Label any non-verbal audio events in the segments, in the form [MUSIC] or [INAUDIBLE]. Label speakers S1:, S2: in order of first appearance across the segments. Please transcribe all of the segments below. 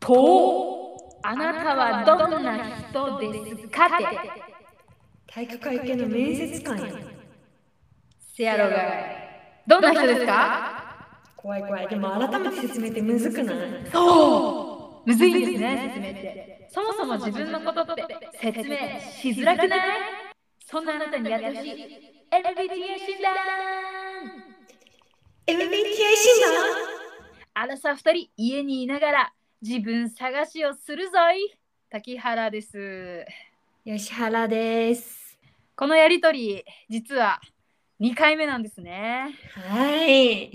S1: とあなたはどんな人ですかって
S2: 体育会系の面接官や
S1: せやろがどんな人ですか
S2: 怖い怖いでも改めて説明ってむずくない
S1: そうむずいですね説明ってそもそも自分のことって説明しづらくないそんなあなたにやってほしい MBTI 診断
S2: MBTI 診
S1: あらさ二人家にいながら自分探しをするぞい滝原です
S2: 断吉原です
S1: このやりとり実は2回目なんですね
S2: はい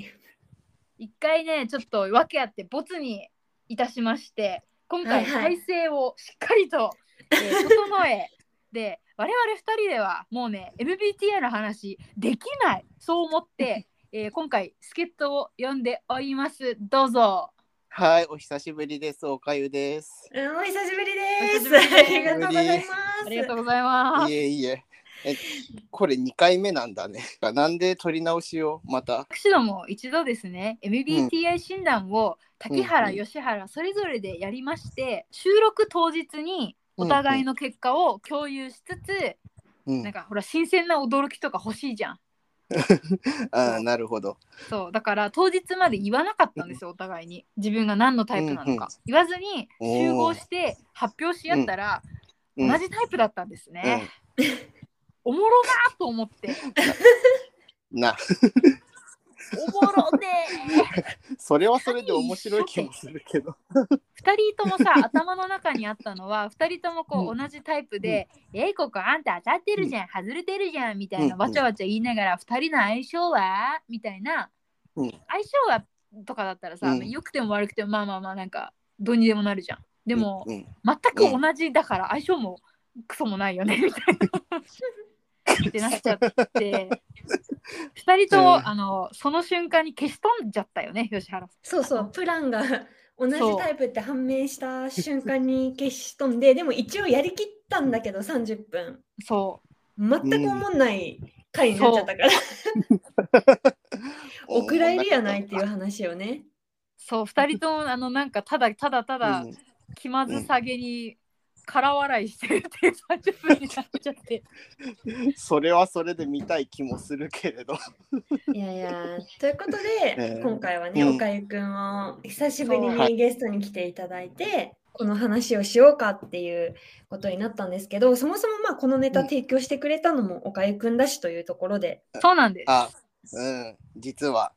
S1: 1回ねちょっと訳あってボツにいたしまして今回
S2: はいはい
S1: 体制をしっかりと、えー
S2: [LAUGHS]
S1: 整えで我々2人ではもうね MBTI の話できないそう思って、えー今回助っ人を呼んでおりますどうぞ
S3: はい、お久しぶりです。おかゆです。
S2: うんお久しぶりです
S1: お久しぶりです
S2: ありがとうございます
S1: ありがとうございま
S3: い
S1: す
S3: えいえ。え、これ2回目なんだね。 [LAUGHS] なんで撮り直しをまた。
S1: 私ども一度ですね MBTI 診断を滝原、吉原それぞれでやりまして収録当日にお互いの結果を共有しつつ、
S3: うん
S1: なんかほら新鮮な驚きとか欲しいじゃん。
S3: あーなるほど。
S1: そうだから当日まで言わなかったんですよお互いに自分が何のタイプな
S3: うん
S1: の
S3: うん
S1: か言わずに集合して発表し合ったら
S3: う
S1: 同
S3: ん
S1: じタイプだったんです
S3: う
S1: ね
S3: ん。
S1: おもろなと思って
S3: な、
S1: おもろね
S3: それはそれで面白い気もするけど。
S1: 2人ともさ頭の中にあったのは2人ともこ
S3: う
S1: うん同じタイプで「えいここあんた当たってるじゃん外れてるじゃん」みたいな
S3: うん
S1: わちゃわちゃ言いながら「2人の相性は?」みたいな
S3: うん
S1: 相性はとかだったらさ
S3: うん
S1: 良くても悪くてもまあまあまあなんかどうにでもなるじゃん。でも
S3: うん、
S1: 全く同じだから相性もクソもないよ [LAUGHS] ねみたいなってなっちゃって2人と、
S3: うん
S1: あのその瞬間に消し飛んじゃったよね吉原さ
S2: そうそうプランが同じ
S1: そう
S2: タイプって判明した瞬間に消し飛んででも一応やりきったんだけど30分
S1: ん。そう
S2: 全く思んない回になっちゃったから、お蔵入りやないっていう話をね
S1: そう2人と [LAUGHS] もあのなんかただただただ
S3: うん
S1: 気まずさげに空笑いしてるっていう30分になっちゃって
S3: それはそれで見たい気もするけれど。
S2: いやいやということで、
S3: えー
S2: 今回はね、
S3: [LAUGHS] うん
S2: おかゆくんを久しぶり
S1: そう
S3: は
S2: にゲストに来ていただいてこの話をしようかっていうことになったんですけどそもそもまあこのネタ
S3: うん
S2: 提供してくれたのもおかゆくんだしというところで、
S1: そうなんです
S3: あ、うん、実は。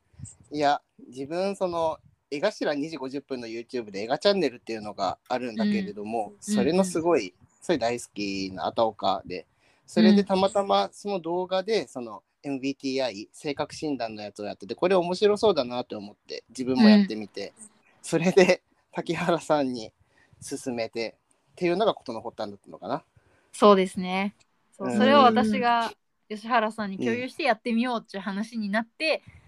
S3: いや、自分、その、絵頭2時50分の YouTube で映画チャンネルっていうのがあるんだけれども、それのすごい、それ大好きなあたおかで、それでたまたまその動画で、その MBTI、性格診断のやつをやってて、これ面白そうだなと思って、自分もやってみて、それで滝原さんに勧めて、っていうのがことの発端だったのかな。
S1: そうですねそううんそれを私が吉原さんに共有してやってみようっていう話になって、
S3: うん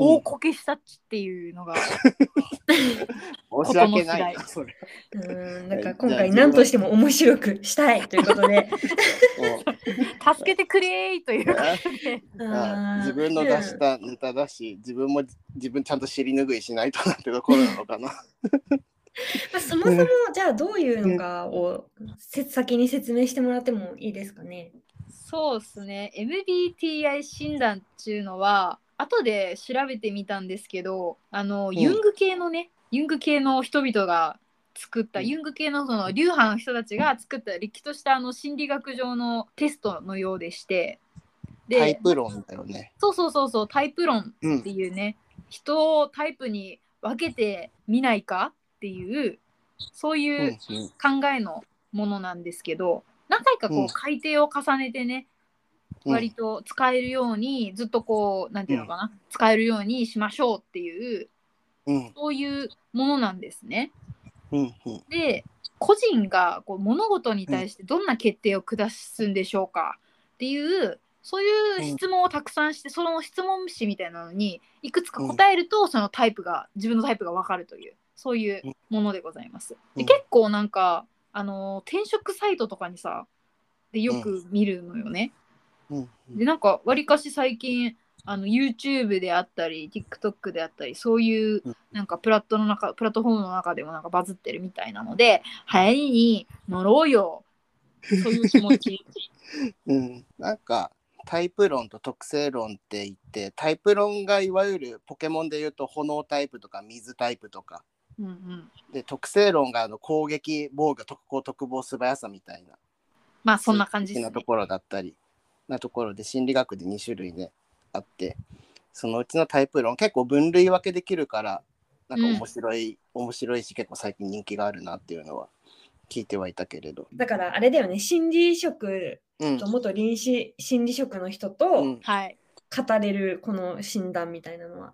S1: 大こけしたっちっていうのが
S3: 申し訳ないな、それ。
S2: うーんだ
S3: は
S2: から
S3: いじゃあ
S2: 今回何としても面白くしたいということで
S3: うん
S1: 助けてくれーということで
S3: [LAUGHS]
S2: あー
S3: あ自分の出したネタだし、自分も自分ちゃんと尻拭いしないとなってところなのかな。
S2: まあそもそもじゃあどういうのかをせ先に説明してもらってもいいですかね。
S1: そうですね MBTI 診断っていうのは後で調べてみたんですけどあの、
S3: ん
S1: ユング系のねユング系の人々が作った、
S3: うん
S1: ユング系のその流派の人たちが作ったれっきとしたあの心理学上のテストのようでして
S3: タイプ論だよね。
S1: そうそうそうそうタイプ論
S3: う
S1: っ
S3: ん
S1: て。いうね人をタイプに分けてみないかっていうそう
S3: う
S1: いうん
S3: うん
S1: 考えのものなんですけど何回かこ
S3: う
S1: うん改定を重ねてね
S3: うん
S1: 割と使えるようにずっとこうなんていうのかな使えるようにしましょうっていう
S3: うん
S1: そういうものなんですね。
S3: うんうん
S1: で個人がこう物事に対してどんな決定を下すんでしょうかっていうそういう質問をたくさんして、その質問紙みたいなのにいくつか答えると、そのタイプが自分のタイプが分かるというそういうものでございます。
S3: う
S1: で
S3: ん
S1: 結構なんかあのー転職サイトとかにさでよく見るのよね。
S3: うん
S1: でなんかわりかし最近あの YouTube であったり TikTok であったりそういう
S3: うん
S1: なんかプラットの中プラットフォームの中でもなんかバズってるみたいなので流行りに乗ろうよそういう気持
S3: [LAUGHS]
S1: ち
S3: うん、なんかタイプ論と特性論って言ってタイプ論がいわゆるポケモンで言うと炎タイプとか水タイプとか
S1: うん、うん、
S3: で特性論があの攻撃防御特攻特防素早さみたいな
S1: まあそんな感じです、
S3: 的な
S1: ね
S3: と、ころだったりなところで心理学で2種類ねあってそのうちのタイプ論結構分類分けできるからなんか面白い、面白いし結構最近人気があるなっていうのは聞いてはいたけれど。
S2: だからあれだよね心理職
S3: うん
S2: と元臨死心理職の人
S3: う
S2: と
S3: ん
S1: はい
S2: 語れるこの診断みたいなのは、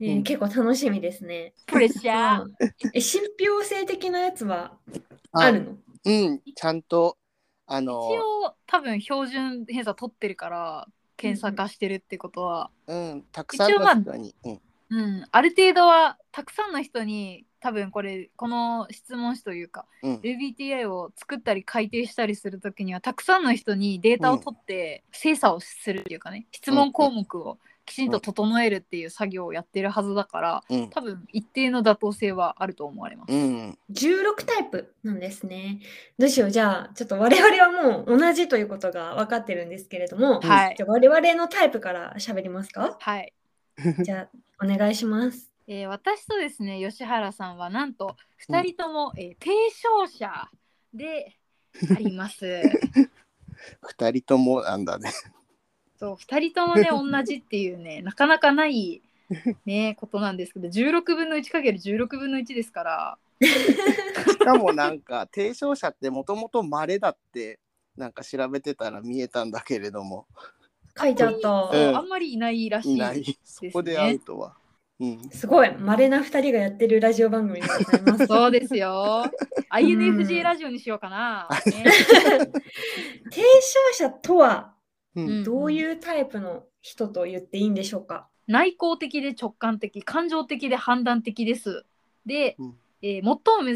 S2: ね
S3: うん
S2: 結構楽しみですね。
S1: プレッシャー
S2: うんえ信憑性的なやつは
S3: あ
S2: あるの
S3: うん、ちゃんとあの
S1: 一応多分標準偏差取ってるから検査化してるってことは、
S3: うん、たくさん
S1: 一応まあ
S3: の人に、うん
S1: うんある程度はたくさんの人に多分これこの質問紙というか
S3: うん
S1: LBTI を作ったり改定したりするときにはたくさんの人にデータを取って精査をするっていうかね、質問項目をきちんと整えるっていう作業をやってるはずだから
S3: うん
S1: 多分一定の妥当性はあると思われます。
S3: うん、
S2: 16タイプなんですね。どうしよう。じゃあ、ちょっと我々はもう同じということが分かってるんですけれども、
S1: はい
S2: じゃあ我々のタイプから喋りますか
S1: はい
S2: じゃあ、お願いします。
S1: えー私とですね吉原さんはなんと2人とも、えー提唱者であります
S3: [LAUGHS] 二人ともなんだね。 [LAUGHS]
S1: そう2人ともね同じっていうねなかなかない、ね、ことなんですけど16分の 1×16 分の1ですから
S3: しかもなんか提唱者ってもともと稀だってなんか調べてたら見えたんだけれども
S2: 書いてあった
S1: そう
S3: うん
S1: あんまりいないらしい
S3: いない、そこで会うとは。うん、
S2: すごい、稀な2人がやってるラジオ番組でございま
S1: [LAUGHS]
S2: す。
S1: そうです
S3: [LAUGHS]
S1: よ INFJ ラジオにしようかな、ね
S2: 提唱者とは、
S3: うん
S1: ん
S2: どういうタイプの人と言っていいんでしょうか、
S1: 内向的で直感的感情的で判断的ですで、
S3: うん
S1: えー最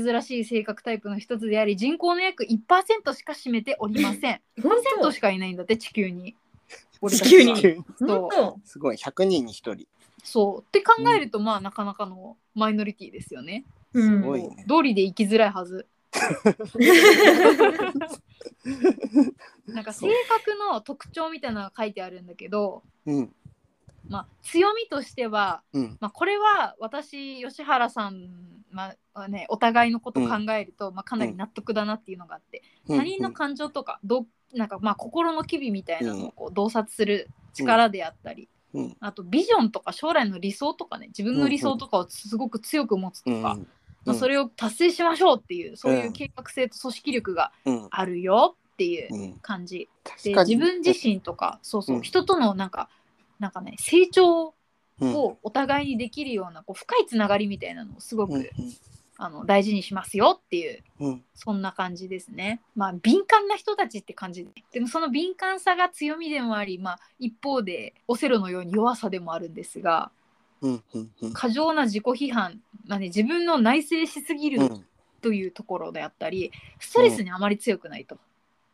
S1: も珍しい性格タイプの一つであり人口の約1%しか占めておりませ
S2: [LAUGHS]
S1: ん
S2: 本
S1: 1%しかいないんだって地球に
S2: 当地球に。
S1: 俺たちは
S2: 本
S1: そう
S2: 当
S3: すごい100人に1人。
S1: そうって考えると、まあなかなかのマイノリティですよね
S2: うん
S3: すごいね
S1: 道理で生きづらいはずなんか性格の特徴みたいなのが書いてあるんだけど、
S3: うん
S1: まあ、強みとしては
S3: うん
S1: まあ、これは私吉原さん、まあね、お互いのこと考えると、まあ、かなり納得だなっていうのがあって、
S3: うん、
S1: 他人の感情とかどなんかまあ心の機微みたいなのをこう洞察する力であったり、
S3: うん
S1: あとビジョンとか将来の理想とかね自分の理想とかをすごく強く持つと
S3: う
S1: か、
S3: んうん
S1: まあ、それを達成しましょうっていうそういう計画性と組織力が
S3: うん
S1: あるよっていう
S3: うん、
S1: 感じ。で
S3: 確かに
S1: 自分自身とかそうそう、
S3: うん
S1: 人とのなんかなんかね成長
S3: うん
S1: をお互いにできるようなこう深いつながりみたいなのをすごく、
S3: うん
S1: あの大事にしますよっていう
S3: うん
S1: そんな感じですね。まあ敏感な人たちって感じでもその敏感さが強みでもあり、まあ、一方でオセロのように弱さでもあるんですが
S3: うんうんうん
S1: 過剰な自己批判、まあね、自分の内省しすぎ
S3: う
S1: る
S3: ん
S1: というところであったりストレスにあまり強くないと。
S3: うん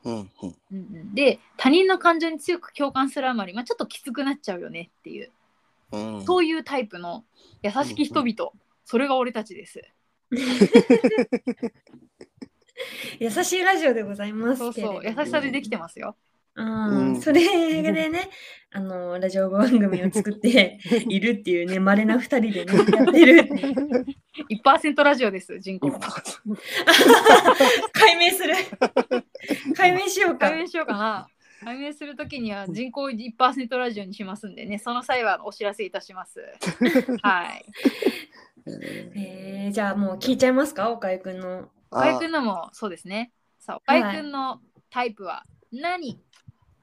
S3: うん
S1: うんうん、で他人の感情に強く共感するあまり、まあ、ちょっときつくなっちゃうよねっていう
S3: うん
S1: そういうタイプの優しき人々、それが俺たちです。
S2: [LAUGHS] 優しいラジオでございます
S1: そう
S2: けれど
S1: そ
S2: も
S1: う、優しさでできてますよ。
S2: うん
S3: うん
S2: それで [LAUGHS] ね、あの、ラジオ番組を作って [LAUGHS] いるっていうね、稀な二人でね、やってるって [LAUGHS] いう。
S1: 1%ラジオです、人口の。
S2: 解明す [LAUGHS] る。解明しようか。
S1: 解明しようかな。解明するときには人口1%ラジオにしますんでね、その際はお知らせいたし
S3: [LAUGHS]
S1: ます。はい。
S2: えーじゃあもう聞いちゃいますか、岡井くんの。
S1: 岡井
S3: あ
S1: くんのもそうですね。さあ、岡井くんのタイプは何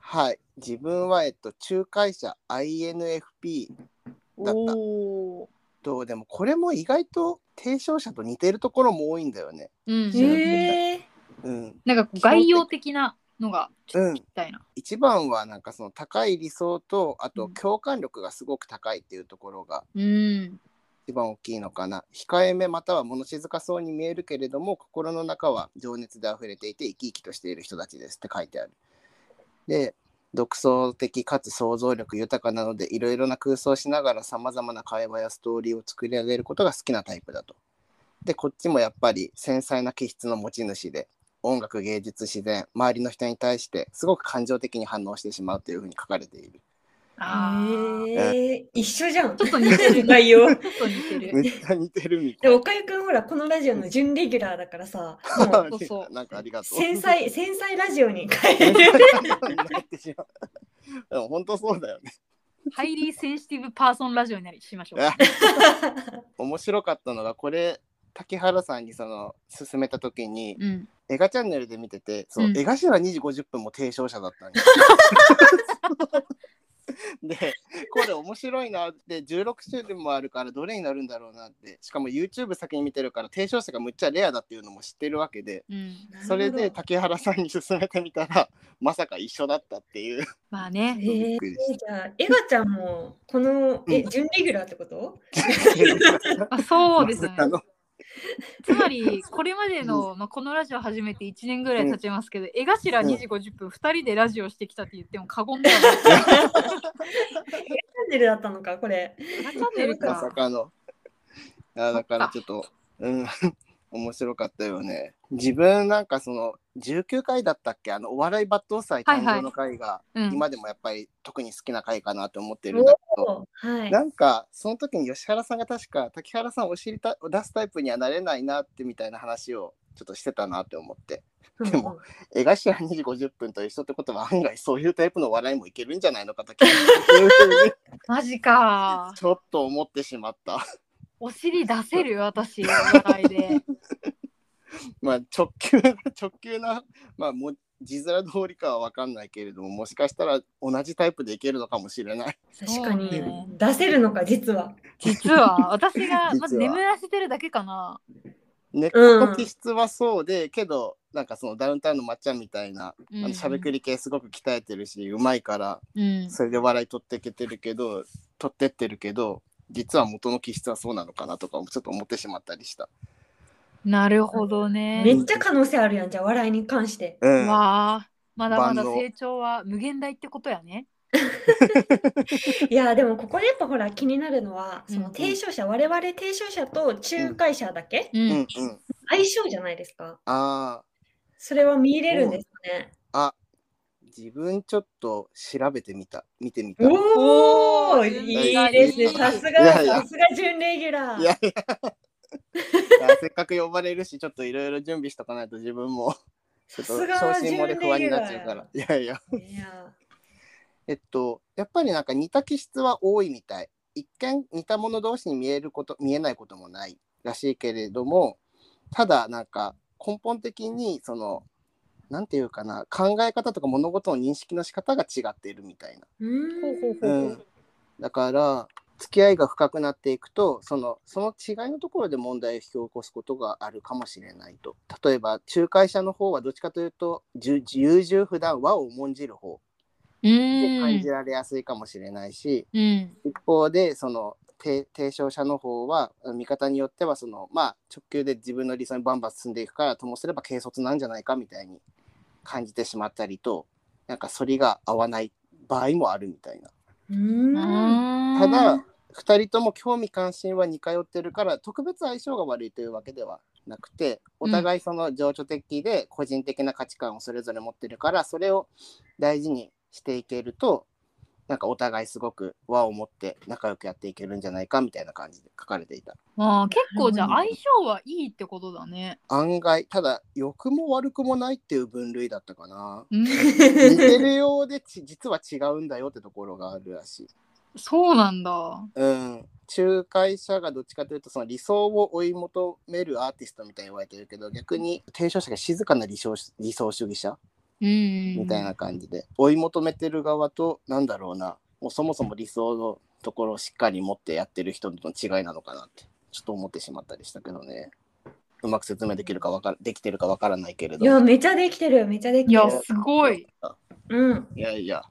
S3: はい自分はえっと仲介者 INFP だった
S1: おー。
S3: とでもこれも意外と提唱者と似てるところも多いんだよね。
S1: うん
S3: 知らなかった
S2: えー
S3: うん、
S1: なんかこう概要的なのがちょっと聞きたいな。
S3: 一番はなんかその高い理想とあ
S1: う
S3: と
S1: ん
S3: 共感力がすごく高いっていうところが
S1: うん。
S3: 一番大きいのかな控えめまたは物静かそうに見えるけれども心の中は情熱で溢れていて生き生きとしている人たちですって書いてある。で独創的かつ想像力豊かなのでいろいろな空想をしながらさまざまな会話やストーリーを作り上げることが好きなタイプだと。でこっちもやっぱり繊細な気質の持ち主で音楽芸術自然周りの人に対してすごく感情的に反応してしまうというふうに書かれている。
S1: あー
S2: えー、一緒じゃん
S1: ちょ。っと似て
S2: [LAUGHS]
S1: る
S2: 内容
S1: ちょっと似てる。
S3: めっちゃ似てるみた
S2: で
S3: い。
S2: も、おかゆくん、ほら、このラジオの準レギュラーだからさ、
S1: そ
S2: も [LAUGHS] う
S1: うそう
S3: なん [LAUGHS] かありがとう。
S2: 繊細、繊細ラジオに変え
S3: 繊
S2: る。
S3: 細になってしまうでも本当そうだよね。
S1: ハイリーセンシティブパーソンラジオになりしましょう。
S3: あ面白かったのがこれ竹原さんにその勧めた時に
S1: うん。
S3: 映画チャンネルで見ててそう、
S1: うん
S3: 映画ら2時50分も提唱者だったんです
S2: [LAUGHS]
S3: でこれ面白いなって16週でもあるからどれになるんだろうなってしかも YouTube 先に見てるから提唱者がむっちゃレアだっていうのも知ってるわけで
S1: うん。
S3: それ
S2: なる
S3: で
S2: ほど
S3: 竹原さんに勧めてみたらまさか一緒だったっ
S2: [LAUGHS]
S3: ていう
S1: まあね。
S2: えー
S3: びっくり
S2: じゃあ、エガちゃんも、この、え、
S3: うん
S2: 準レギュラーってこと
S3: した。
S1: あそう
S2: [LAUGHS]
S1: ですね
S3: ま。さかの
S1: つまりこれまでの、まあ、このラジオ始めて1年ぐらい経ちますけど、江頭2時50分2人でラジオしてきたって言っても過言ではない。
S3: [LAUGHS]
S2: チャンネルだったのか、これ。
S1: チャンネル
S3: まさ
S1: か。
S3: かの。いやだからちょっと、うん、 [LAUGHS] 面白かったよね。自分なんかその19回だったっけあのお笑い抜刀祭誕生の回が
S1: うん。
S3: 今でもやっぱり特に好きな回かなと思ってるんだけど、
S2: はい。
S3: なんかその時に吉原さんが確か滝原さんお尻た出すタイプにはなれないなってみたいな話をちょっとしてたなって思ってでも江頭2時50分と一緒ってことは案外そういうタイプの笑いもいけるんじゃないのかと [LAUGHS]
S1: マジか。
S3: ちょっと思ってしまった。
S1: お尻出せる私、笑いで。
S3: まあ直球 [LAUGHS] な直球なまあもう字面通りかは分かんないけれどももしかしたら同じタイプでいけるのかもしれない。
S2: うん確かに
S1: そうね、
S2: 出せるのか、実は。
S1: 実は
S3: [LAUGHS]
S1: 私が
S3: 実は
S1: まず眠らせてるだけかな。
S3: 猫の気質はそうで、けどなんかそのダウンタウンのまっちゃんみたいな、
S1: うん
S3: あのしゃべくり系すごく鍛えてるしうまいから
S1: うん。
S3: それで笑い取っていけてるけど取ってってるけど実は元の気質はそうなのかなとかちょっと思ってしまったりした。
S1: なるほど
S2: め
S1: ね。
S2: っちゃ可能性あるやん、じゃあ、笑いに関して。
S3: うん、
S1: わあ。まだまだ
S3: 万能
S1: 成長は無限大ってことやね。
S2: いや、でも、ここでやっぱほら、気になるのは、そ
S1: うんう
S2: の
S1: ん
S2: 提唱者、我々提唱者と仲介者だけ、
S1: う
S3: うんん。うん、
S2: 相性じゃないですか。
S3: ああ
S2: それは見れるんですかね。
S3: あ自分ちょっと調べてみた見てみた。
S2: お
S1: お
S2: お、
S1: ー
S2: いいですね。
S1: いい
S2: さすが、
S3: いやいや
S2: さすが準レギュラ
S3: いや
S2: ー。
S3: いやいやせっかく呼ばれるしちょっといろいろ準備しとかないと自分もちょ
S2: さ
S3: っと
S2: すが
S3: 小
S2: 準
S3: 心
S2: レギ
S3: 者で不安に
S2: ュ
S3: な
S2: ラ
S3: っち
S2: ー
S3: ゃうから。いやいや
S2: いや
S3: えっとやっぱりなんか似た気質は多いみたい一見似たもの同士に見えること見えないこともないらしいけれどもただなんか根本的にそのなんていうかな考え方とか物事の認識の仕方が違っているみたいな。
S2: うーん
S1: ほうほうほ
S3: うんだから付き合いが深くなっていくとそのその違いのところで問題を引き起こすことがあるかもしれないと例えば仲介者の方はどっちかというとじゅ優柔不断和を重んじる方
S1: う
S3: で感じ
S1: ん。
S3: られやすいかもしれないし、
S1: うん。
S3: 一方でその提提唱者の方は見方によってはその、まあ、直球で自分の理想にバンバン進んでいくからともすれば軽率なんじゃないかみたいに感じてしまったりとなんか反りが合わない場合もあるみたいな。
S2: うーん。
S3: た
S1: た
S3: だ、2人とも興味関心は似通ってるから特別相性が悪いというわけではなくてお互いその情緒的で個人的な価値観をそれぞれ持ってるからそれを大事にしていけるとなんかお互いすごく和を持って仲良くやっていけるんじゃないかみたいな感じで書かれていた
S1: まあ結構じゃあ
S2: うん
S1: 相性はいいってことだね。
S3: 案外ただ良くも悪くもないっていう分類だったかな
S1: うん、
S3: 似てるようでち実は違うんだよってところがあるらしい
S1: そうなんだ。
S3: うん、仲介者がどっちかというとその理想を追い求めるアーティストみたいに言われてるけど逆に提唱者が静かな理想理想主義者
S1: うん。
S3: みたいな感じで、追い求めてる側となんだろうなもうそもそも理想のところをしっかり持ってやってる人との違いなのかなってちょっと思ってしまったりしたけどねうまく説明できるかわかできてるかわからないけれど
S2: いや、めちゃできてる、めちゃでき
S1: い
S2: てる
S1: や、。すごい。
S2: うん。
S3: いやいや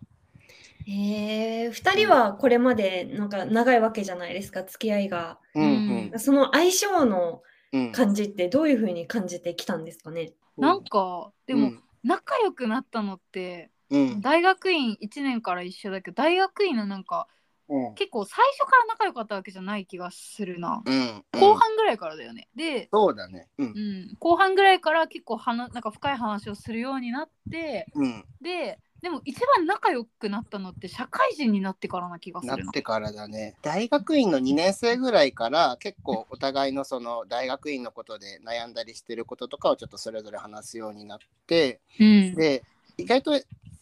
S2: えー、2人はこれまでなんか長いわけじゃないですか、付き合いが。
S3: うんうん
S2: その相性の
S3: うん
S2: 感じってどういうふうに感じてきたんですかね
S1: なんか、で
S3: う
S1: も、
S3: ん
S1: 仲良くなったのって、
S3: うん
S1: 大学院1年から一緒だけど大学院のなんか
S3: うん
S1: 結構最初から仲良かったわけじゃない気がするな
S3: うん
S1: 後半ぐらいからだよねで、
S3: そうだね
S1: う
S3: う
S1: んん、後半ぐらいから結構はななんか深い話をするようになって
S3: うん
S1: ででも一番仲良くなったのって社会人になってからな気がす
S3: なっ
S1: るな
S3: てからだね大学院の2年生ぐらいから結構お互いのその [LAUGHS] 大学院のことで悩んだりしてることとかをちょっとそれぞれ話すようになって
S1: うん
S3: で意外と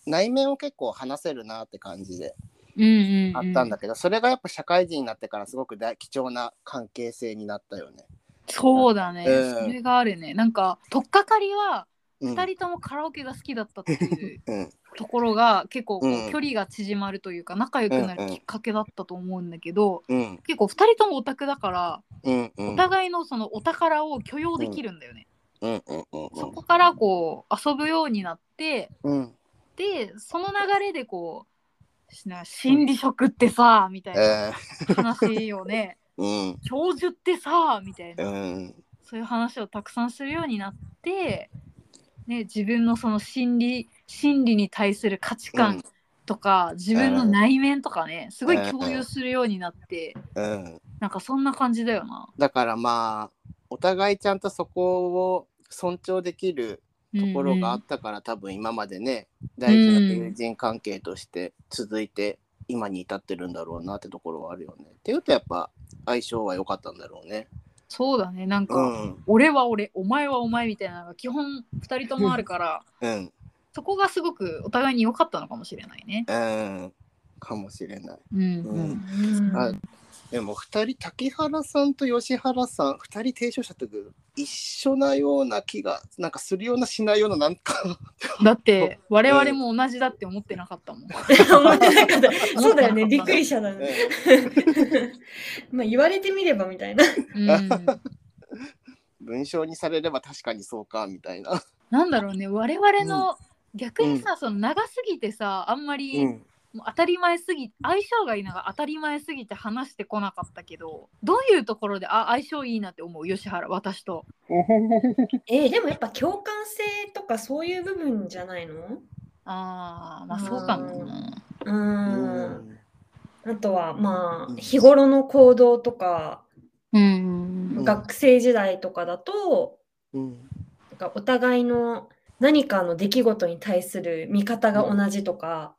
S3: 内面を結構話せるなって感じで
S1: うんうんうん、
S3: あったんだけど、それがやっぱ社会人になってからすごく大貴重な関係性になったよね。
S1: そうだね、
S3: うん
S1: それがあるねなんか取っかかりは
S3: うん
S1: 2人ともカラオケが好きだったって
S3: [LAUGHS]
S1: いう
S3: うん
S1: ところが結構こう
S3: うん
S1: 距離が縮まるというか仲良くなるきっかけだったと思うんだけど、
S3: うん
S1: 結構2人ともオタクだから
S3: うんうん
S1: お互いのそのお宝を許容できるんだよね、
S3: うんうんうん
S1: そこからこう遊ぶようになって
S3: うん
S1: でその流れでこうしな心理職ってさみたいな
S3: えー
S1: 話をね [LAUGHS]
S3: うん
S1: 教授ってさみたいな
S3: うん
S1: そういう話をたくさんするようになって、ね、自分のその心理心理に対する価値観とか、自分の内面とかねすごい共有するようになって、
S3: うん
S1: なんかそんな感じだよな。
S3: だからまあお互いちゃんとそこを尊重できるところがあったから、多分今までね大事な友人関係として続いて今に至ってるんだろうなってところはあるよね。っていうとやっぱ相性は良かったんだろうね。
S1: そうだねなんか、
S3: うん
S1: 俺は俺お前はお前みたいなのが基本2人ともあるから
S3: うん
S1: そこがすごくお互いに良かったのかもしれないね。
S3: うんかもしれない。
S1: うん
S3: う
S1: うん
S3: んあでも2人滝原さんと吉原さん2人提唱者と一緒なような気がなんかするようなしないようななんか
S1: だって我々も同じだって思ってなかったもん。
S2: [LAUGHS] 思ってなか [LAUGHS] った。そうだよね、びっくりしたな。 [LAUGHS]
S3: [LAUGHS]
S2: まあ言われてみればみたいな。
S1: うん
S3: 文章にされれば確かにそうかみたいな。
S1: なんだろうね我々の、逆にさ、その長すぎてさあんまり、
S3: ん
S1: もう当たり前すぎ相性がいいのが当たり前すぎて話してこなかったけどどういうところであ相性いいなって思う吉原私と
S2: えーでもやっぱ共感性とかそういう部分じゃないの
S1: あーまあそうかもな
S2: う。
S3: うんん
S2: あとはま
S3: う
S2: あ
S3: ん
S2: 日頃の行動とか、
S1: うん
S3: ん
S2: 学生時代とかだと、
S3: うん
S2: なんかお互いの何かの出来事に対する見方が同じとか、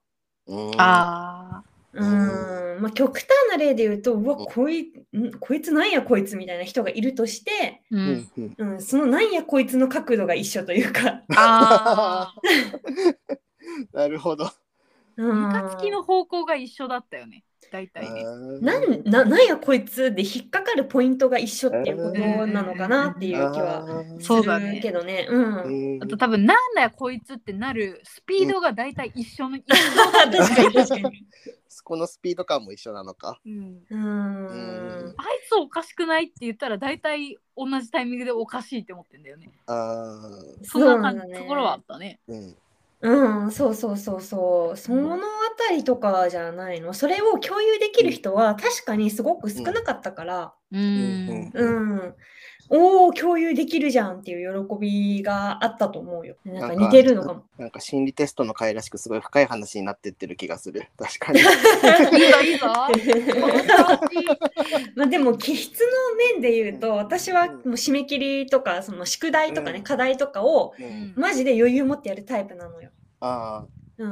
S1: あ
S2: うーんまあ、極端な例で言うと、うわ、こいんこいつなんやこいつみたいな人がいるとして、
S1: ーう
S3: うんんうん
S2: うん、そのなんやこいつの角度が一緒というか、
S1: あ [LAUGHS] ー
S3: なるほど。
S2: う
S1: ム
S2: ん
S1: カつきの方向が一緒だったよね大体ね
S2: なんななんやこいつで引っかかるポイントが一緒っていうことなのかなっていう気は
S3: は
S1: そうだ
S2: す
S1: ね
S2: るけどね。うん、
S1: あと多分なんだよこいつってなるスピードが大体一緒の、
S2: [LAUGHS] 確かに確かに。
S3: そこのスピード感も一緒なのか。
S1: うん
S2: うーん
S1: あいつおかしくないって言ったら大体同じタイミングでおかしいって思ってんだよね。
S3: あ
S1: そんな
S2: うな
S1: 感
S2: ん
S1: じ
S2: だね
S1: ところはあったね。
S3: ーうん
S2: うん、そうそうそうそう。そのあたりとかじゃないの。それを共有できる人は確かにすごく少なかったから、
S1: う
S3: うん
S1: ん。
S2: うん。おお、共有できるじゃんっていう喜びがあったと思うよ。なん
S3: な
S2: か
S3: んか
S2: 似てるのかも。
S3: なんか心理テストの回らしくすごい深い話になってってる気がする。確かに。
S1: いいぞいいぞ。
S2: [LAUGHS] まあでも気質の面で言う
S3: う
S2: と、
S3: ん
S2: 私はもう締め切りとか、その宿題とか
S3: う
S2: ね、
S3: ん
S2: 課題とかを
S3: うん
S2: マジで余裕持ってやるタイプなのよ。
S3: あ
S2: うん。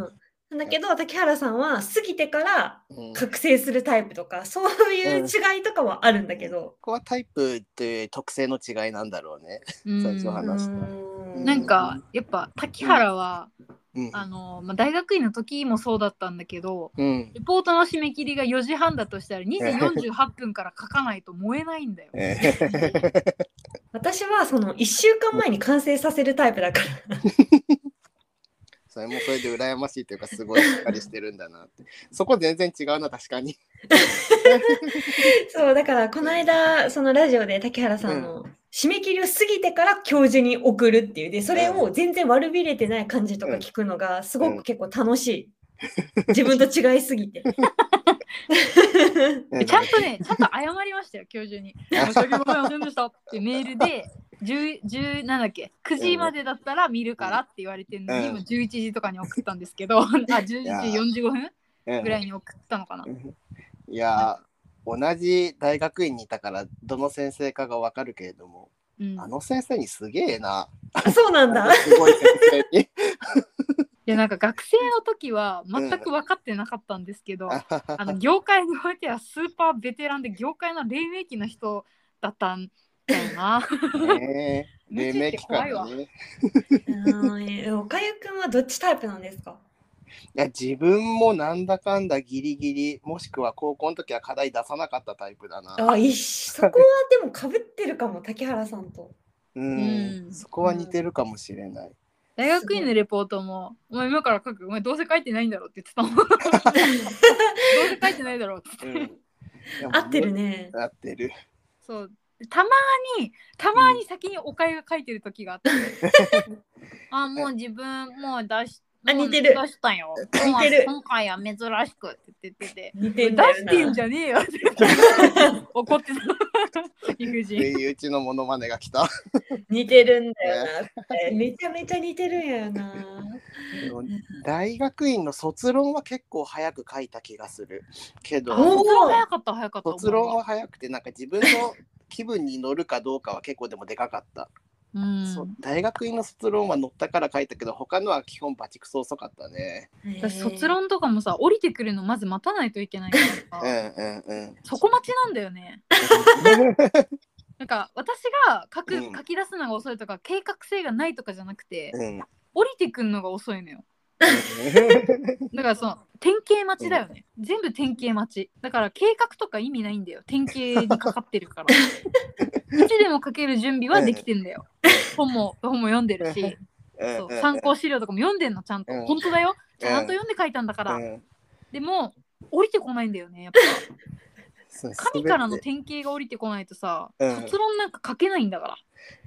S2: なんだけど、竹原さんは過ぎてから
S3: ーうん
S2: 覚醒するタイプとか、そういう違いとかはあるんだけど。
S3: ここはタイプっていう特性の違いなんだろうね。
S1: うん
S3: 最初は話した
S2: う
S1: [LAUGHS] なんかやっぱ滝原は、
S3: うん
S1: あのまあ、大学院の時もそうだったんだけど
S3: うん。
S1: レポートの締め切りが4時半だとしたら2時48分から書かないと燃えないんだよ。
S3: えー [LAUGHS]
S2: 私はその1週間前に完成させるタイプだから [LAUGHS]
S3: それもそれで羨ましいというかすごいしっかりしてるんだなって。そこ全然違うな確かに。
S2: そうだからこの間そのラジオで竹原さんの締め切りを過ぎてから教授に送るっていうでそれを全然悪びれてない感じとか聞くのがすごく結構楽しい、自分と違いすぎて [LAUGHS]
S3: [LAUGHS]
S1: でちゃんとね、ちゃんと謝りましたよ、教授に。申し訳ございませんでしたってメールで、 10 10なんだっけ9時までだったら見るからって言われてるのに、
S3: うん
S1: もう11時とかに送ったんですけど [LAUGHS] あ11時
S3: や
S1: 45分
S3: うん
S1: ぐらいに送ったのかな。
S3: いやー同じ大学院にいたからどの先生かがわかるけれども、
S1: うん、い
S3: あの先生にすげえな。
S2: あそうなん
S3: [LAUGHS]
S2: だ。
S3: すごい先生に。
S1: やなんか学生の時は全く分かってなかったんですけど、あの業界においてはスーパーベテランで業界の黎明期の人だったんだよな。
S3: ねえ
S1: 無知 [LAUGHS] っ
S3: [LAUGHS] 黎明
S1: て
S3: 期
S1: 怖
S3: か
S1: いわ
S3: ら [LAUGHS] ね。い
S2: うんえおかゆくんはどっちタイプなんですか
S3: や自分もなんだかんだギリギリもしくは高校の時は課題出さなかったタイプだな。
S2: あいっそこはでもかぶってるかも竹原さんと。
S3: うん
S1: うん
S3: そこは似てるかもしれない。
S1: 大学院のレポートも、お前今から書く、お前どうせ書いてないんだろうって言ってたもん。どうせ書いてないだろうって。
S3: うん
S2: [LAUGHS] 合ってる。ね。
S3: 合ってる。
S1: そう。たまに、たまに先におかゆが書いてる時があって。あ、もう自分、もう出し、
S2: あ
S1: もう
S2: 似てる
S1: 出したよ。
S2: 似てる
S1: 今回は珍しくって言ってて。
S2: 似
S1: 出
S2: てんだよ
S1: し
S2: な。
S1: てんじゃねえよって言
S3: [LAUGHS]
S1: って怒ってた。理不
S3: って
S1: 尽。
S3: いううちのモノマネが来た。
S2: 似てるんだよ
S1: [LAUGHS]
S2: な。めちゃめちゃ似てるんやな。
S3: 大学院の卒論は結構早く書いた気がするけ
S1: あ
S3: ど
S2: お
S1: 卒論早かった、早かった。
S3: 卒論は早くてなんか自分の気分に乗るかどうかは結構でもでかかった、
S1: うん
S3: そ大学院の卒論は乗ったから書いたけど他のは基本バチクソ遅かったね
S1: 私卒論とかもさ降りてくるのまず待たないといけないから
S3: う
S1: さ
S3: んうん
S1: [LAUGHS]
S3: うん
S1: そこ待ちなんだよねなんか私が書く、
S3: うん
S1: 書き出すのが遅いとか計画性がないとかじゃなくて
S3: うん
S1: 降りてくるのが遅いのよだからその典型待ちだよね、全部典型待ちだから計画とか意味ないんだよ典型にかかってるから
S3: [LAUGHS]
S1: いつでも書ける準備はできてんだよ本も本も読んでるし
S3: うん
S1: そう
S3: うんうん
S1: 参考資料とかも読んでんのちゃんと、
S3: うん
S1: 本当だよちゃんと読んで書いたんだから、
S3: うん
S1: でも降りてこないんだよねやっぱ
S3: そう
S1: 神からの
S3: 全て
S1: 典型が降りてこないとさ、
S3: うん
S1: 卒論なんか書けないんだか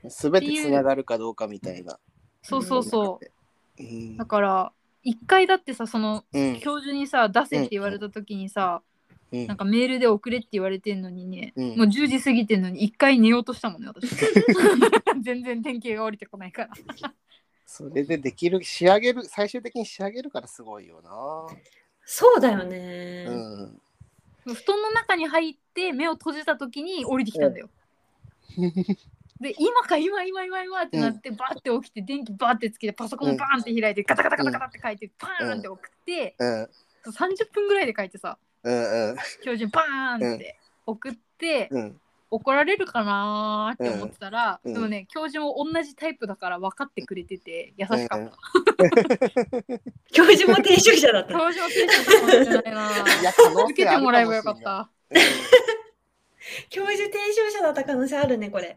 S1: ら
S3: 全てつながるかどうかみたいな
S1: そうそうそう、
S3: う、ん
S1: だから一回だってさその
S3: うん
S1: 教授にさ出せって言われた時にさ、
S3: うん
S1: なんかメールで送れって言われてんのにね、
S3: うん
S1: もう10時過ぎてんのに一回寝ようとしたもんね
S3: [LAUGHS]
S1: 私全然典型が降りてこないから
S3: それでできる仕上げる最終的に仕上げるからすごいよ
S2: そうだよ
S3: な、
S2: ね。
S3: うん、
S1: 布団の中に入って目を閉じた時に降りてきたんだよ、で今か今今今今ってなってバーって起きて電気バーってつけてパソコンバーンって開いてガタガタガタガタって書いてパーンって送って
S3: うん
S1: 30分ぐらいで書いてさ
S3: うんうん
S1: 標準バーンって送って
S3: うん
S1: 怒られるかなーって思ってたら
S3: うん
S1: でもね教授も同じタイプだから分かってくれてて優しか
S3: う
S1: っ
S3: ん
S1: た
S2: 教授も転職者
S1: [LAUGHS]
S2: だった。
S1: 教授は先生かもしれないな
S3: いや可能性あるかも
S1: 受けてもらえばよかった
S3: うんい
S2: 教授転職者だった可能性あるね、これ。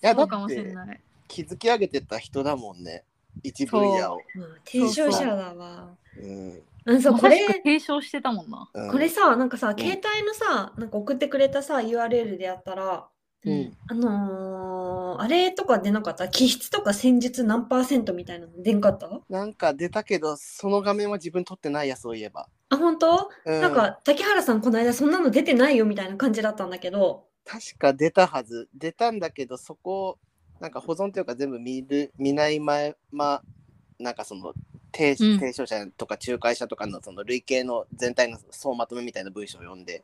S3: や
S1: そ
S3: だ
S1: うか
S3: っ
S1: もしれ
S3: て
S1: ない
S3: 築き上げてった人だもんね一分野を
S2: うん転職者だわ。
S3: うん
S2: うん、そう、
S1: ま
S2: こ
S1: さ
S2: れ
S1: し。く提唱してたもんな
S3: うん
S2: これさ、なんかさ
S3: ん、
S2: 携帯のさ、なんか送ってくれたさ、URL でやったら、
S3: うん
S2: あのー、あれとか出なかった気質とか戦術何パーセントみたいなの出んかった
S3: なんか出たけどその画面は自分撮ってないやそういえば、
S2: あ、本当、
S3: うん、
S2: なんか、竹原さんこの間そんなの出てないよみたいな感じだったんだけど、
S3: 確か出たはず出たんだけどそこをなんか保存というか全部見る見ないままなんかその提
S1: うん
S3: 提唱者とか仲介者とかのその累計の全体の総まとめみたいな文章を読んで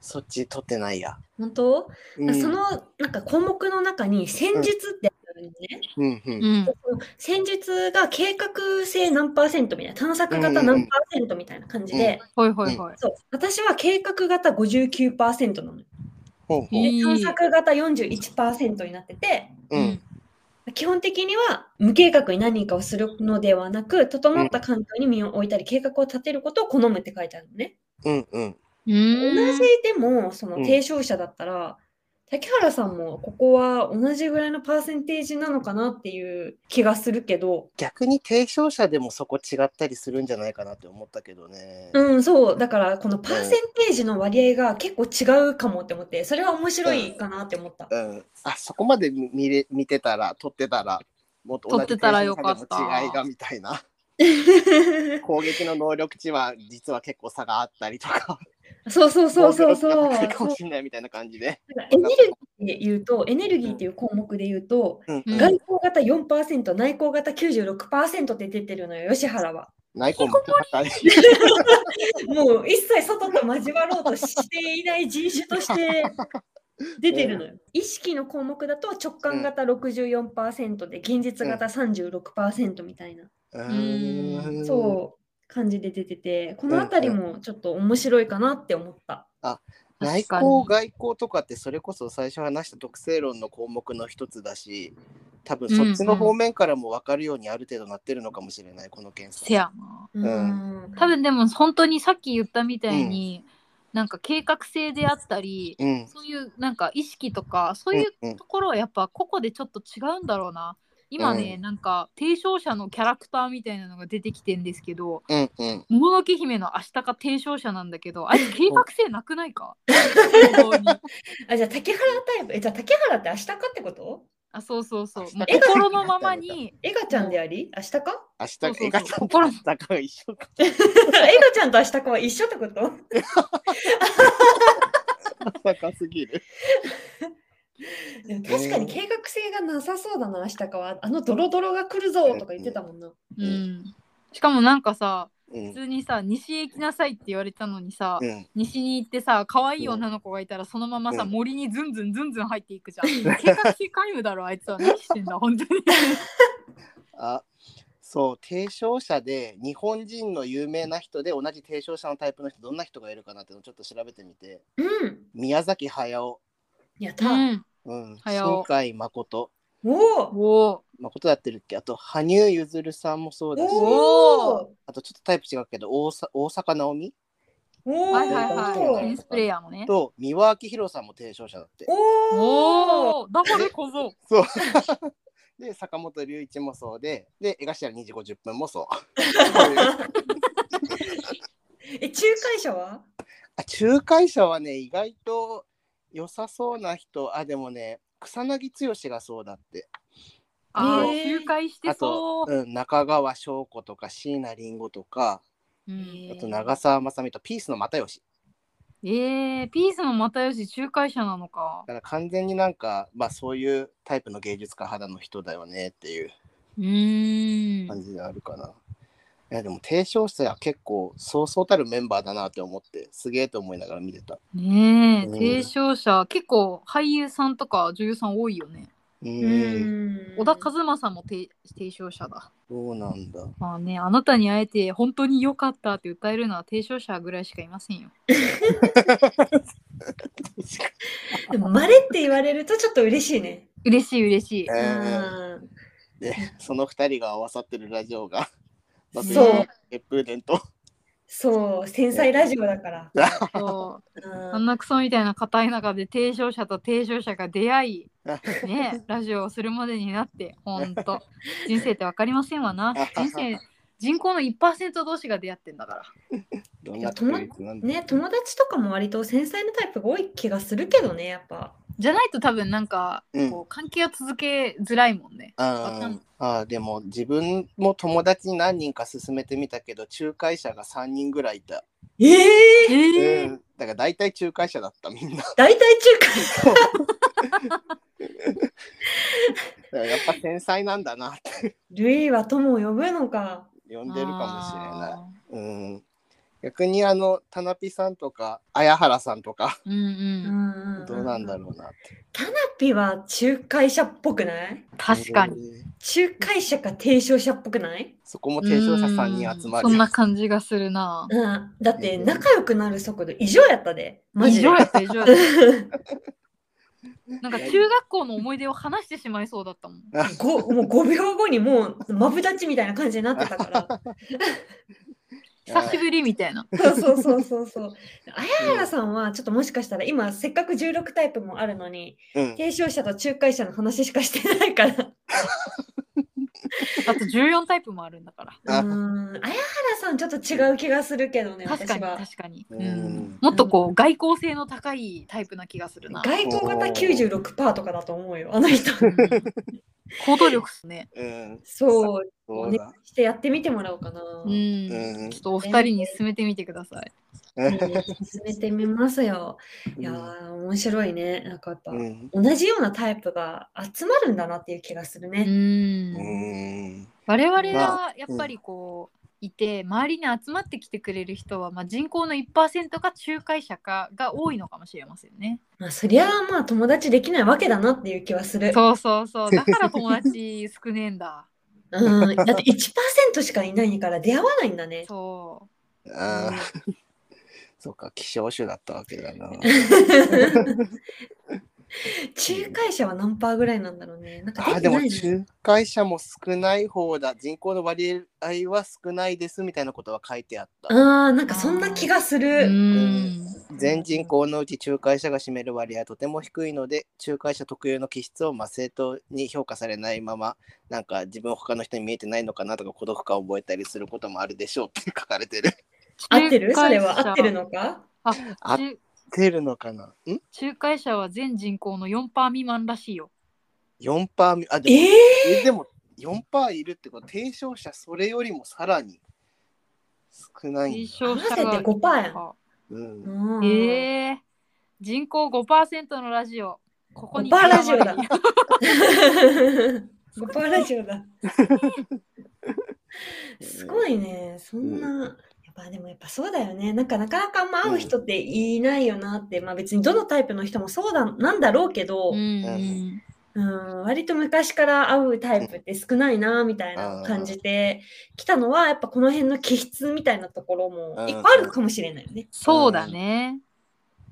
S3: そっち撮ってないや、
S2: 本当、
S3: うん、
S2: その、なんか項目の中に戦術ってあるのね。
S3: うんう
S1: うんん
S2: その戦術が計画性何パーセントみたいな、探索型何パーセントみたいな感じで、
S1: ほいほいほい
S2: そう、私は計画型59%なのよ。
S3: ほうほう
S1: いい
S2: 探索型41%になってて、
S3: うん
S2: 基本的には無計画に何かをするのではなく、整った環境に身を置いたり、計画を立てることを好むって書いてあるのね。
S3: うんうん
S1: う
S2: 同
S1: ん
S2: じでも、その
S3: うん
S2: 提唱者だったら、竹原さんもここは同じぐらいのパーセンテージなのかなっていう気がするけど、
S3: 逆に提唱者でもそこ違ったりするんじゃないかなって思ったけどね。
S2: うん、そう、だからこのパーセンテージの割合が結構違うかもって思って、それは面白いかなって思った。
S3: うん、あそこまで見見れ見てたら撮ってたらもっと同
S1: 撮
S3: じ
S1: ってたらよかった
S3: 提唱者でも違いがみたいな攻撃の能力値は実は結構差があったりとか。
S2: [LAUGHS] そうそうそうそうそう。
S3: 防御力が高いかもしれないみたいな感じで。
S2: エネルギーで言うと、エネルギーっていう項目で言うと、
S3: うん
S1: うん
S2: 外交型4%、内向型96%って出てるのよ、吉原は。
S3: 内向も高い。
S2: もう一切外と交わろうとしていない人種と [LAUGHS] して出てるのよ。意識の項目だと直感型64%で、現実型36%みたいな、
S3: う
S1: ー
S3: ーん
S2: そう感じで出てて、このあたりもちょっと面白いかなって思った。
S3: 内
S1: 確か
S3: 向
S1: に
S3: 外向とかってそれこそ最初話した特性論の項目の一つだし多分そっちの方面からも分かるようにある程度なってるのかもしれないこの検査。
S1: せやな。
S2: うんん
S1: 多分でも本当にさっき言ったみたいに、なんか計画性であったり、
S3: うん
S1: そういうなんか意識とかそういう
S3: うんうん
S1: ところはやっぱ個々でちょっと違うんだろうな。今ね、
S3: う
S1: なんか提唱者のキャラクターみたいなのが出てきてんですけど
S3: うんうん
S1: 「もののけ姫の明日か提唱者なんだけどあれ
S3: [LAUGHS]
S1: 計画性なくないか本当に
S2: あ、じゃあ竹原タイプ。え、じゃあ竹原って明日かってこと
S1: [LAUGHS] あそうそうそう
S3: 明日
S1: もう
S3: か
S1: 心のままに
S2: エガちゃんであり明日か [LAUGHS]
S3: 明日
S1: そうそう
S3: 映画ちゃんと
S1: 心
S3: 明日が一緒か。
S2: エガちゃんと明日かは一緒ってこと
S3: 高す
S1: [LAUGHS]
S3: ぎる。
S2: でも確かに計画性がなさそうだな、明日かは。あのドロドロが来るぞとか言ってたもんな。
S1: う
S3: うん
S1: んしかもなんかさ
S3: う
S1: 普
S3: ん
S1: 通にさ西へ行きなさいって言われたのにさ、
S3: うん
S1: 西に行ってさ可愛い女の子がいたらそのままさ、
S3: うん
S1: 森にズンズンズンズン入ってい
S3: [LAUGHS]
S1: くじゃん計画性皆無だろあいつは何してんだ本当に
S3: あそう提唱者で日本人の有名な人で同じ提唱者のタイプの人どんな人がいるかなってのをちょっと調べてみて
S2: うん。
S3: 宮崎駿、
S2: やった。
S1: うん
S3: うん、
S1: 駿
S3: 新海誠
S2: お
S1: [LAUGHS]
S2: お
S1: おお
S3: 誠だってるっけあと羽生結弦さんもそうだし
S2: おお
S3: あとちょっとタイプ違うけど大さ大坂なおみ
S2: お
S1: はいはいはいテ
S3: うん
S1: ニスプレイヤーもね
S3: と三輪明宏さんも提唱者だって。
S2: おお
S1: おおだからこそ
S3: そう [LAUGHS] で坂本龍一もそうでで江頭2時50分も
S2: [LAUGHS]
S3: そう。そういう
S2: え、仲介者は
S3: あ仲介者はね意外と良さそうな人あでもね草薙剛がそうだって
S1: あー、
S2: ねえ
S1: 周回して
S3: あと
S1: そ、う、
S3: うん、中川翔子とか椎名林檎とか
S1: うん
S3: あと長澤まさみとピースの又吉
S1: えー、ピースの又吉仲介者なのか
S3: だから完全になんか、まあ、そういうタイプの芸術家肌の人だよねっていう
S1: うーん
S3: 感じであるかな。いやでも提唱者は結構そうそうたるメンバーだなって思ってすげえと思いながら見てた。
S1: ねえ
S3: うん
S1: 提唱者結構俳優さんとか女優さん多いよね
S3: う、
S2: うんん。
S1: 小田和正も提提唱者だ
S3: そうなんだ。
S1: まあね、あなたに会えて本当に良かったって歌えるのは提唱者ぐらいしかいませんよ。
S2: でも、まれって言われるとちょっと嬉しいね。
S1: 嬉しい嬉しい。
S3: [LAUGHS] えー
S2: うん
S3: で、その二人が合わさってるラジオが、
S2: そう
S3: そう。エプーデンと。
S2: そう、繊細ラジオだから。
S1: そううんあんなクソみたいな硬い中で提唱者と提唱者が出会い、ね、ラジオをするまでになって、ほん
S3: [LAUGHS]
S1: と。人生って分かりませんわな。人生、人口の1%同士が出会ってんだから。
S3: どんな確率なんだ
S2: ね、友達とかも割と繊細なタイプが多い気がするけどね、やっぱ。
S1: じゃないと多分なんか、
S3: うん
S1: こう関係は続けづらいもんね。わかん
S3: ああーでも自分も友達に何人か勧めてみたけど仲介者が3人ぐらいいた、
S2: ええ
S1: え
S3: うん、だから大体仲介者だったみんなだか
S2: 大体中華
S3: らやっぱ天才なんだなって
S2: ルイは友を呼ぶのか。
S3: 呼んでるかもしれない、うん、逆にあの田辺さんとか綾原さんとか
S1: もしれない。うんうん。
S2: ん
S3: どうなんだ
S2: う。
S3: ろうなって
S2: タピは仲介者っぽくない
S1: 確かに。
S3: に
S2: 仲介者か提唱者っぽくない、
S3: そこも提唱者3人集まる
S1: うんそんな感じがするな。
S2: うん、だって仲良くなる速度異常やったで。マジ
S1: 異
S2: で
S1: 常。
S2: [LAUGHS]
S1: やった異常やった。
S2: 5
S3: [LAUGHS]
S1: なんか中学校の思い出を話してしまいそうだったもん。
S2: もう5秒後にもうマブダチみたいな感じになってたから。
S1: 久しぶりみたいな。
S2: [LAUGHS] そうそうそうそうそう。綾原さんはちょっともしかしたら今せっかく16タイプもあるのに、
S3: うん
S2: 提唱者と仲介者の話しかしてないから。
S1: あと14タイプもあるんだから。
S2: うーん、綾原さんちょっと違う気がするけどね、
S1: 確か
S2: 私
S1: に
S2: は。
S1: 確かに。
S3: うん
S1: うんもっとこう外交性の高いタイプな気がするな。
S2: 該当型96%とかだと思うよ、あの [LAUGHS] 人。
S1: [LAUGHS] うん行動力っすね。
S3: うん
S2: そう、
S3: そうだ
S2: してやってみてもらおうかな。
S1: う
S3: うん
S1: ん。ちょっとお二人に勧めてみてください。
S2: 進めてみますよ。いやー、面白いね。なんかやっぱ、
S3: うん
S2: 同じようなタイプが集まるんだなっていう気がする
S1: う
S2: ね。
S1: ん
S3: うん
S1: 我々
S3: ま
S1: はやっぱりこう、いて周りに集まってきてくれる人は、まあ、人口の1%か仲介者かが多いのかもしれませんね。
S2: まあ、そりゃあまあ友達できないわけだなっていう気はする。
S1: そうそうそうだから友達少ねえんだ。
S2: うん、だって1%しかいないから出会わないんだね。
S1: そう
S3: あーそっか希少種だったわけだな。
S2: 仲介者は何パーぐらいなんだろうね。なんか
S3: あー
S2: で
S3: で
S2: き
S3: も
S2: ないの
S3: 仲介者も少ない方だ人口の割合は少ないですみたいなことは書いてあった。
S2: あーなんかそんな気がす
S1: う
S2: る。
S1: ん
S3: 全人口のうち仲介者が占める割合はとても低いので仲介者特有の気質をまあ正当に評価されないままなんか自分を他の人に見えてないのかなとか孤独感を覚えたりすることもあるでしょうって書かれてる。
S2: 合ってるそれは
S1: 仲介者
S2: 合ってるのか
S1: あ
S3: 合っ
S1: 仲
S3: 出るのかなん
S1: 仲介者は全人口の4%未満らしいよ。
S3: ?4%パーあで
S2: え
S3: も,、
S2: ー、
S3: えでも4%パーいるってこと提唱者それよりもさらに少ない
S1: 推
S3: んだ。
S1: 奨者
S2: 合わ
S1: が
S2: せて5%やん
S3: うん
S2: うん
S1: えー、人口5%のラジオ。ここに
S2: 5%ラジオだ [LAUGHS]
S1: 刻まれる。
S2: 5%ラジオだ。 [LAUGHS] すごいね。そんな。やっぱでもやっぱそうだよね。なんかなかなかあんま会う人っていないよなって、まあ別にどのタイプの人もそうだなんだろうけど、
S1: うんう
S3: うんん
S2: うん、割と昔から会うタイプって少ないなみたいなのを感じてきたのはやっぱこの辺の気質みたいなところもいっぱいあるかもしれないよね。
S1: そうだね。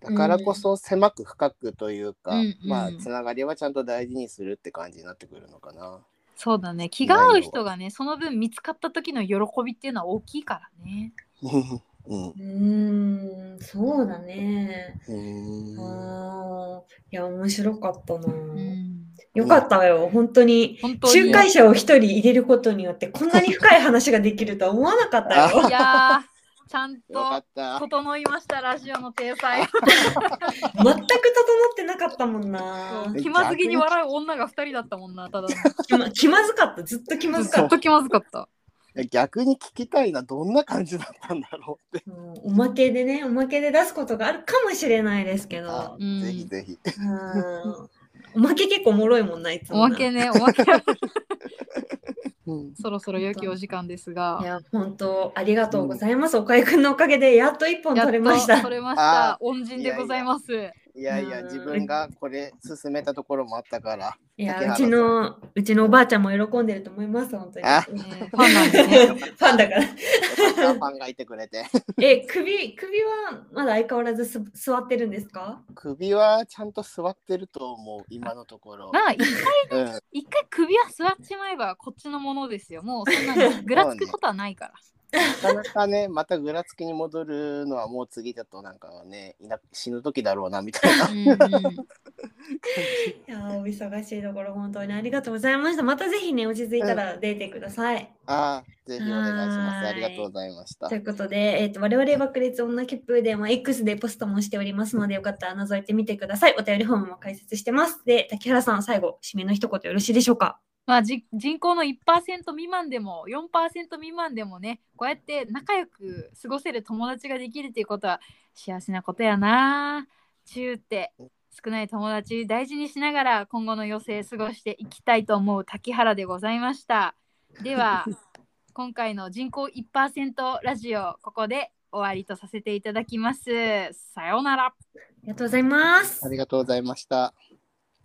S3: だからこそ狭く深くというか、
S1: うんう
S3: まあ
S1: ん
S3: つながりはちゃんと大事にするって感じになってくるのかな。
S1: そうだね。気が合う人がね、その分見つかった時の喜びっていうのは大きいからね。
S3: うん
S2: うーん、そうだね。
S3: う。
S2: うんん、いや面白かったな。
S1: うん、
S2: よかったよ本当に。
S1: 本当に。
S2: 仲介者を一人入れることによってこんなに深い話ができるとは思わなかったよ。
S1: いやー、ちゃん
S3: よか
S1: と
S3: った。
S1: 整いました、ラジオの体裁。
S2: 全く整ってなかったも
S1: [LAUGHS]
S2: んな。
S1: 気まずげに笑う女が2人だったもんな、ただの。ず
S2: 気ま気まずかった。ずっと気まずか
S1: っ
S2: った。
S1: と気まずかった。
S3: 逆に聞きたいな、どんな感じだったんだろうって。
S2: うんおまけでね、おまけで出すことがあるかもしれないですけど。
S3: あ
S1: うん
S3: ぜひぜひ。
S2: うんおまけ結構おもろいもんないつ
S1: お
S2: もな
S1: まけね、おまけ。 [LAUGHS]
S3: うん
S1: そろそろ良きお時間です
S2: い
S1: が。
S2: や本当ありがとうございます、おかゆくんのおかげでやっと一本
S1: やっ
S2: [LAUGHS] 取
S1: と
S2: れました
S1: 取れまし
S3: あ
S1: た。恩人でございます。
S3: いやいや、自分がこれ進めたところもあったから。
S2: いや
S3: 竹原
S2: う
S3: さん
S2: ちのうちのおばあちゃんも喜んでると思います本当に
S3: あ
S2: うん
S1: ねファンなんでね。
S2: [LAUGHS] ファンだから
S3: よかったファンがいてくれて。 [LAUGHS]
S2: え首首はまだ相変わらずす座ってるんですか
S3: 首はちゃんと座ってると思う、今のところ。
S1: まあ一回
S3: うん、
S1: 一回首は座っちまえばこっちのものですよ。もうそんなにぐらつくことはないから。
S3: なかなかね、またぐらつきに戻るのはもう次だとなんかね、いな死ぬ時だろうなみた [LAUGHS] い
S1: [LAUGHS]
S3: な。
S1: うんうん
S2: いやーお忙しいところ本当にありがとうございましたまたぜひね落ち着いたら出てください、
S3: ああ、ぜひお願いしま
S2: はーい
S3: す。ありがとうございました
S2: とい。うことで、えー、と我々爆裂女切符で、まあ、X でポストもしておりますのでよかったら覗いてみてくださいお便りフォームも解説してますで竹原さん最後締めの一言よろしいでしょうか
S1: まあじ人口の1%未満でも4%未満でもねこうやって仲良く過ごせる友達ができるっていうことは幸せなことやな。中って少ない友達大事にしながら今後の余生過ごしていきたいと思う滝原でございました。では今回の人口1%ラジオここで終わりとさせていただきます。さようなら。
S2: ありがとうございます
S3: ありがとうございました。